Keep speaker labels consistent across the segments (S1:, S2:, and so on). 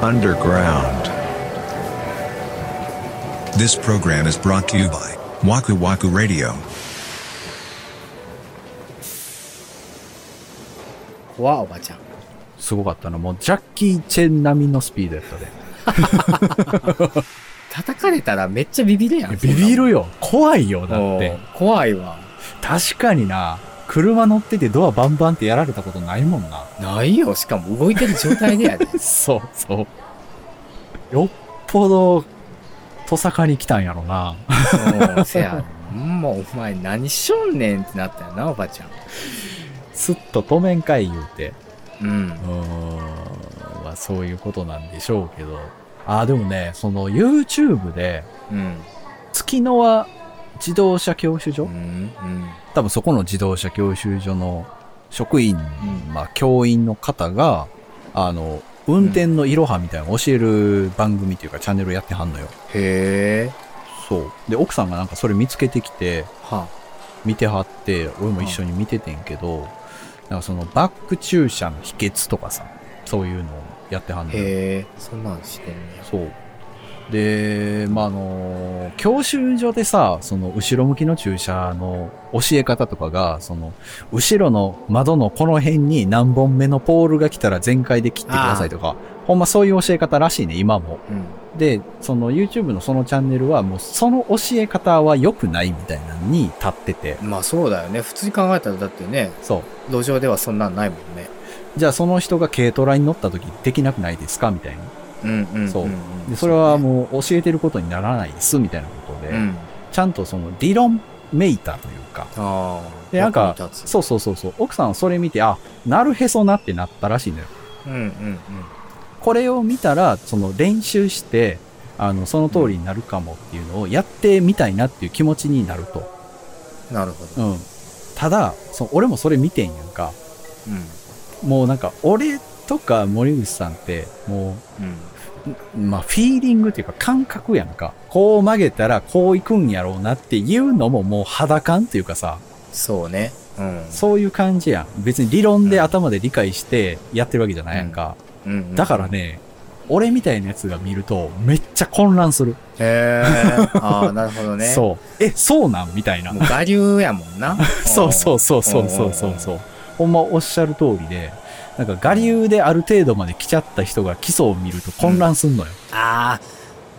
S1: underground.
S2: This program is brought to you by Waku Waku Radio.
S3: 怖おばちゃん。
S4: すごかったの。もう、ジャッキー・チェン並みのスピードやったで。
S3: 叩かれたらめっちゃビビるやん。
S4: ビビ
S3: よ
S4: るよ。怖いよ、だって。
S3: 怖いわ。
S4: 確かにな、車乗っててドアバンバンってやられたことないもんな。
S3: ないよ。しかも動いてる状態でやで。
S4: そうそう。よっぽど、トサカに来たんやろな。
S3: うんせや。もうお前何しょんねんってなったよな、おばちゃん。
S4: すっと止めんかい言うて。
S3: うん
S4: う。ーん、まあそういうことなんでしょうけど。ああ、でもね、その YouTube で、
S3: うん。
S4: 月の輪自動車教習
S3: う
S4: 所
S3: ん。うん。
S4: 多分そこの自動車教習所の職員、
S3: ん
S4: まあ教員の方が、あの、運転のいろはみたいなのを教える番組というかチャンネルやってはんのよ。
S3: へえ。
S4: そう。で、奥さんがなんかそれ見つけてきて、
S3: は
S4: 見てはって、俺も一緒に見ててんけど、なんかそのバック駐車の秘訣とかさ、そういうのをやってはんのよ。
S3: へえ。そんなんしてんねや。
S4: そう。で、まあ、あの、教習所でさ、その後ろ向きの駐車の教え方とかが、その、後ろの窓のこの辺に何本目のポールが来たら全開で切ってくださいとか、ほんまそういう教え方らしいね、今も。
S3: うん。
S4: で、その YouTube のそのチャンネルはもうその教え方は良くないみたいなのに立ってて、
S3: まあそうだよね。普通に考えたらだってね、
S4: そう。
S3: 路上ではそんなんないもんね。
S4: じゃあその人が軽トラに乗った時できなくないですかみたいな。
S3: うんうんんん。
S4: そうで、それはもう教えてることにならないです、みたいなことで、
S3: うん。
S4: ちゃんとその理論めいたというか、
S3: ああ。
S4: で、なんか
S3: 役に、立つ
S4: そうそうそうそう、奥さんはそれ見て、あ、なるへそなってなったらしいのよ。
S3: うんうんうん。
S4: これを見たら、その練習して、あの、その通りになるかもっていうのをやってみたいなっていう気持ちになると。
S3: なるほど。
S4: うん。ただ、その俺もそれ見てんやんか。
S3: う
S4: もうなんか、俺とか森口さんって、も
S3: ん。うん。
S4: う、まあ、フィーリングっていうか感覚やんか。こう曲げたらこう行くんやろうなっていうのももう肌感っていうかさ、
S3: そうね。うん。
S4: そういう感じやん。別に理論で頭で理解してやってるわけじゃないやんか。
S3: うんうん
S4: だから。ね、俺みたいなやつが見るとめっちゃ混乱する。
S3: へ え。ああ、なるほどね。
S4: そう。え、そうなんみたいな
S3: も。う我流やもんな。
S4: そうそうそうそうそうそうそう。ほんまおっしゃる通りで、なんか我流である程度まで来ちゃった人が基礎を見ると混乱すんのよ。
S3: ああ、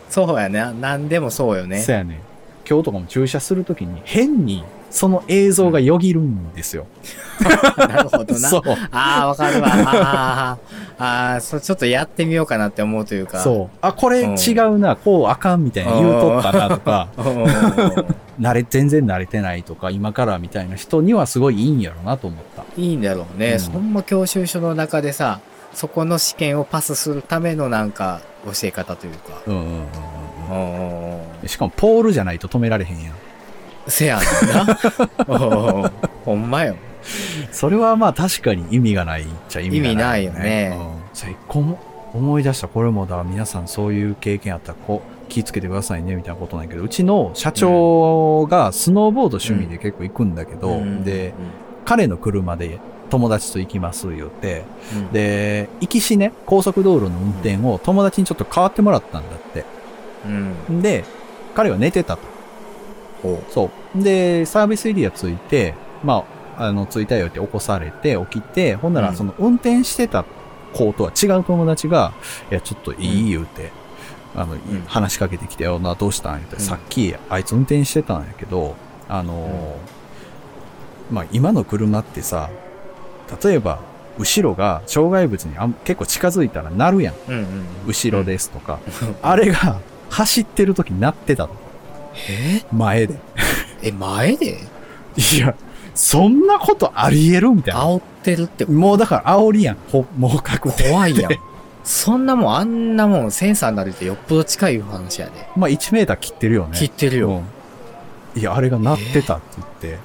S3: そうやね。なんでもそうよね。
S4: そやねん。今日とかも駐車するときに変にその映像がよぎるんですよ。
S3: なるほどな
S4: そ。う。
S3: ああ、わかるわ。ああ、ああ、そう、ちょっとやってみようかなって思うというか。
S4: そう。あ、これ
S3: うん
S4: 違うな、こうあかんみたいな言うとったなとか、
S3: うん。うんうん
S4: 慣れ、全然慣れてないとか、今からみたいな人にはすごいいいんやろなと思った。
S3: いいんだろうね。
S4: うん
S3: そんな教習所の中でさ、そこの試験をパスするためのなんか教え方というか。
S4: うんうんうん
S3: う
S4: うん
S3: んうんうん
S4: うん。しかもポールじゃないと止められへんやん。
S3: せやねんな。うんほんまよ。
S4: それはまあ確かに意味がないっちゃ意味がない、
S3: 意味ないよ
S4: うんじゃあ一個も思い出した、これもだ、皆さんそういう経験あったら、こう、気ぃつけてくださいね、みたいなことなんやけど、うちの社長がスノーボード趣味で結構行くんだけど、
S3: うん
S4: で、、彼の車で友達と行きます、言って、
S3: うん、
S4: で、行きしね、高速道路の運転を友達にちょっと代わってもらったんだって。
S3: うん。
S4: で、彼は寝てたと。
S3: ほ
S4: そう。で、サービスエリア着いて、まあ、あの、着いたよって起こされて、起きて、ほんな
S3: う
S4: ら、
S3: ん
S4: その、運転してた子とは違う友達が、いや、ちょっといい言うて、あの、
S3: ん
S4: 話しかけてきて、よな、どうしたん言うて、
S3: うん
S4: さっき、あいつ運転してたんやけど、あのーまあ、今の車ってさ、例えば、後ろが障害物にあん結構近づいたら鳴るやん。
S3: う。うんうん。
S4: 後ろですとか。
S3: うん
S4: あれが、走ってる時鳴ってたの。
S3: え
S4: 前で。
S3: え、前で
S4: いや、そんなことあり得るみたいな。
S3: 煽ってるって
S4: もうだから煽りやん。ほもう確定。
S3: 怖いやん。そんなもん、あんなもん、センサーになるってよっぽど近い話やで。
S4: まあ1メーター切ってるよね。
S3: 切ってるよ。
S4: うんいや、あれが鳴ってたって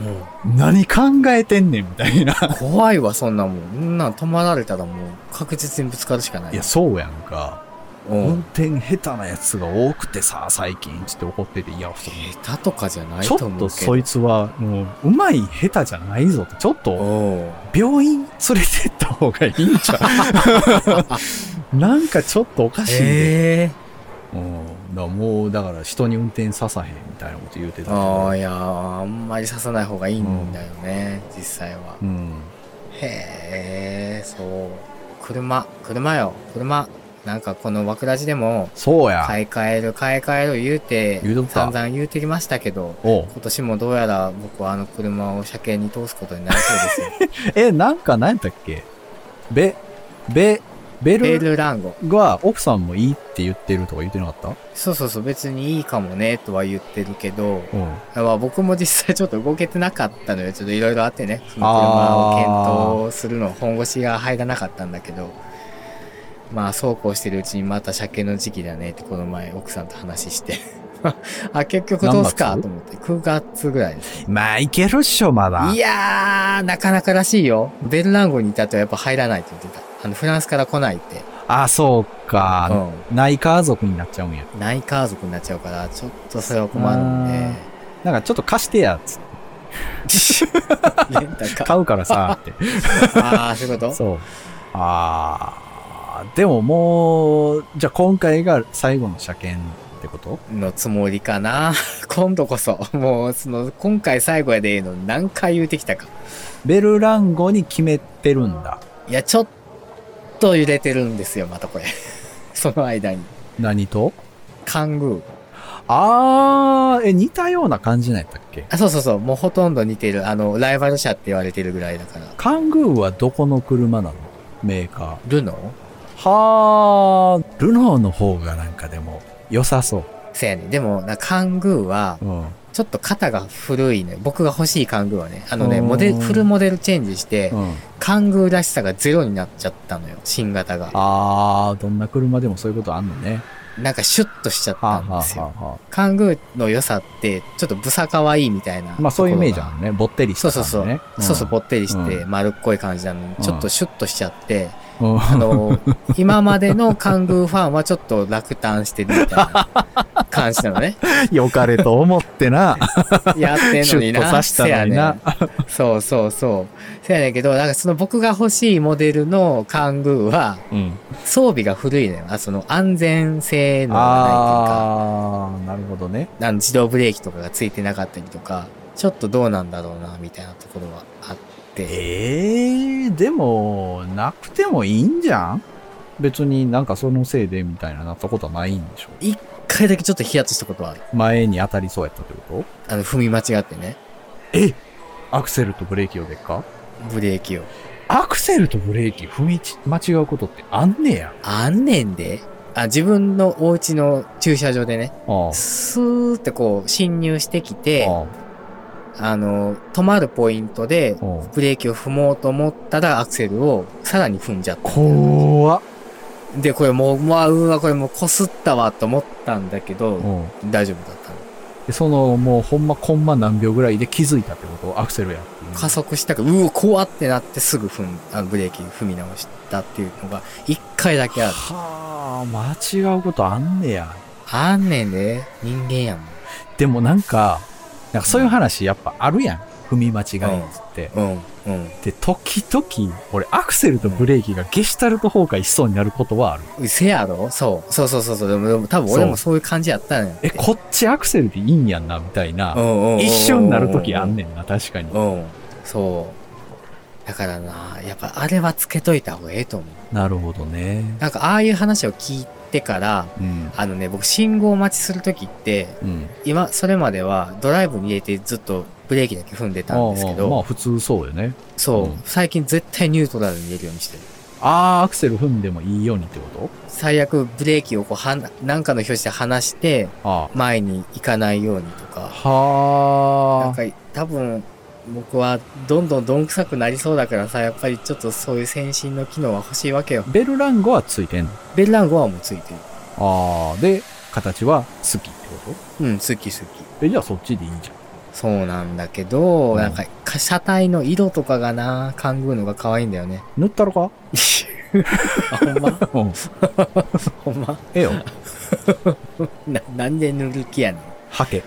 S4: 言って、
S3: うん
S4: 何考えてんねんみたいな。
S3: 怖いわ、そんなもん。そんなん止まられたらもう確実にぶつかるしかない。
S4: いや、そうやんか。
S3: う
S4: 運
S3: ん。
S4: 転下手なやつが多くてさ、最近、つって怒ってて、いや、そ
S3: 下手とかじゃない
S4: ちょ
S3: と
S4: っ
S3: 思うけど。
S4: とそいつは、もう、うまい下手じゃないぞと。ちょっと、
S3: おう
S4: 病院連れてった方がいいんちゃ なんかちょっとおかしいで。
S3: え
S4: うん。だからもう、だから人に運転ささへんみたいなこと言うて
S3: え
S4: たけ
S3: あ
S4: ど
S3: あ、いやー、あんまり刺さない方がいいんだよね、実際は。
S4: うん。
S3: へえ、そう。車、車よ、車。なんかこの枠立ちでも、
S4: そうや。
S3: 買い替える、買い替える言うて、
S4: 言うとった
S3: 散々言うてきましたけど、
S4: おう
S3: 今年もどうやら僕はあの車を車検に通すことになりそうです よ。
S4: え、なんか何やったっけベ、ベ、ベ
S3: ベ
S4: ル
S3: ルランゴ。
S4: が奥さんもいいって言ってるとか言ってなかっ
S3: そうそうそう、別にいいかもね、とは言ってるけど、
S4: たうん。
S3: まあ、僕も実際ちょっと動けてなかったのよ。ちょっといろいろあってね、その車を検討するの、本腰が入らなかったんだけど、まあ、そうこうしてるうちにまた車検の時期だねって、この前奥さんと話して。 あ、結局どうすか
S4: 何月
S3: と思って、9月ぐらいです。
S4: まあ、いけるっしょ、まだ。
S3: いやー、なかなからしいよ。ベルランゴにいたとやっぱ入らないって言ってた。あの、フランスから来ないって。
S4: あ、そう
S3: う
S4: か。
S3: ん。
S4: 内家族になっちゃうんや。
S3: 内家族になっちゃうから、ちょっとそれは困るんで。
S4: なんかちょっと貸してや、つっ て
S3: レンタカー。
S4: 買うからさ、って。
S3: ああ、そういうこと
S4: そう。あー、でももう、じゃあ今回が最後の車検ってこと
S3: のつもりかな。 今度こそ。もう、その、今回最後やでええの何回言うてきたか。
S4: ベルランゴに決めてるんだ。
S3: いや、ちょっと揺れてるんですよ、またこれ。 その間に。
S4: 何と
S3: 勘ぐう。
S4: あー、え、似たような感じなんやったっけ
S3: あ、そうそうそう。もうほとんど似てる。あの、ライバル車って言われてるぐらいだから。
S4: カングーはどこの車なのメーカ
S3: ルノ
S4: ー。はー、ルノーの方がなんかでも良さそ
S3: ーせやねんでも、な、勘ぐうは、
S4: う。うん。
S3: ちょっと肩が古いね。僕が欲しい勘ぐうはね。あのね、
S4: うん
S3: モデル、フルモデルチェンジして
S4: う、ん。
S3: 勘ぐうらしさがゼロになっちゃったのよ。新型が。
S4: あー、どんな車でもそういうことあんのね。
S3: なんかシュッとしちゃっ
S4: は
S3: た
S4: あ、
S3: ん
S4: はあ
S3: ですよ。
S4: はあは
S3: カングーの良さって、ちょっとブサ可愛いみたいな。
S4: あ、まあそういうイメージ
S3: とこ
S4: あ
S3: ろ
S4: るね。ぼってりし
S3: がそう
S4: た
S3: そう
S4: 感じ
S3: そう。
S4: ね。
S3: そうそう、ぽ
S4: っ
S3: ってりして
S4: う
S3: 丸っこい感じなのに、
S4: うん
S3: ちょっとシュッとしちゃって、
S4: うん。
S3: あの、今までのカングーファンはちょっと落胆してるみたいな感じなの ね。
S4: 良かれと思ってな。
S3: やってんのに
S4: シュッ
S3: な。
S4: とさしたのにな
S3: せやねん。そうそうそう。せやねんけど、なんかその僕が欲しいモデルのカングーは、
S4: うん。
S3: 装備が古いのよ。あその安全性能がないというか。
S4: あー、なるほどね。
S3: あの自動ブレーキとかがついてなかったりとか、ちょっとどうなんだろうな、みたいなところはあって。
S4: ええー、でも、なくてもいいんじゃん別になんかそのせいでみたいななったことはないんでしょ
S3: 一回だけちょっとヒヤッとしたことはある。
S4: 前に当たりそうやったってこと
S3: あの、踏み間違ってね、
S4: アクセルとブレーキをでっか
S3: ブレーキを。
S4: アクセルとブレーキ踏みち間違うことってあんねや。
S3: あんねんで。あ、自分のお家の駐車場でね、
S4: ああ。
S3: スーってこう侵入してきて、
S4: あ
S3: あの、止まるポイントで
S4: あうん
S3: ブレーキを踏もうと思ったらアクセルをさらに踏んじゃった。
S4: 怖っ。
S3: で、これもう、まあ、うわ、これもう擦ったわと思ったんだけ
S4: う
S3: ど、
S4: ん
S3: 大丈夫だったの。
S4: でその、もうほんまコンマ何秒ぐらいで気づいたってことアクセルやっていう
S3: 加速したから、うわ、怖ってなってすぐ踏ん、あのブレーキ踏み直したっていうのが、一回だけある。
S4: はあ、間違うことあんねや。
S3: あんねんで、人間や
S4: でもなんか、なんかそういう話やっぱあるやん。踏み間違いっつって。
S3: もん。うん、うん
S4: で、時々、俺アクセルとブレーキがゲシュタルト崩壊しそうになることはある。。
S3: うせやろそう。そうそうそうそう。でも、でも多分俺もそういう感じやったのよ。
S4: え、こっちアクセルでいいんやんな、みたいな。
S3: うんうんうんうん
S4: 一瞬なるときあんねんな、確かに。
S3: うん。そう。だからな、やっぱあれはつけといた方がええと思う。
S4: なるほどね。
S3: なんかああいう話を聞いてから、
S4: うん。
S3: あのね、僕信号待ちするときって、
S4: うん。
S3: 今、それまではドライブに入れてずっとブレーキだけ踏んでたんですけ
S4: ああ
S3: ど、
S4: まあ普通そうよね。
S3: そう、
S4: うん
S3: 最近絶対ニュートラルに入れるようにしてる。
S4: ああ、アクセル踏んでもいいようにってこ
S3: 最悪ブレーキをこうはな、なんかの表紙で離して、
S4: とあ
S3: 前に行かないようにと
S4: あ。
S3: か。な
S4: は
S3: ん
S4: あ。
S3: か、多分、僕はどんどんどんくさくなりそうだからさ、やっぱりちょっとそういう先進の機能は欲しいわけよ。
S4: ベルランゴはついてんの。
S3: ベルランゴはもうついてる。
S4: ああ。で、形は好きってこ
S3: うん、好き好き。
S4: とえ、じゃあそっちでいいじゃん。
S3: そうなんだけど、
S4: うん
S3: なんか、か車体の色とかがな、勘ぐるのが可愛いんだ よね。
S4: 塗ったろか
S3: あ、ほんま
S4: うん。
S3: ほんま
S4: ええよ。
S3: な、なんで塗る気やねん。
S4: ハケ。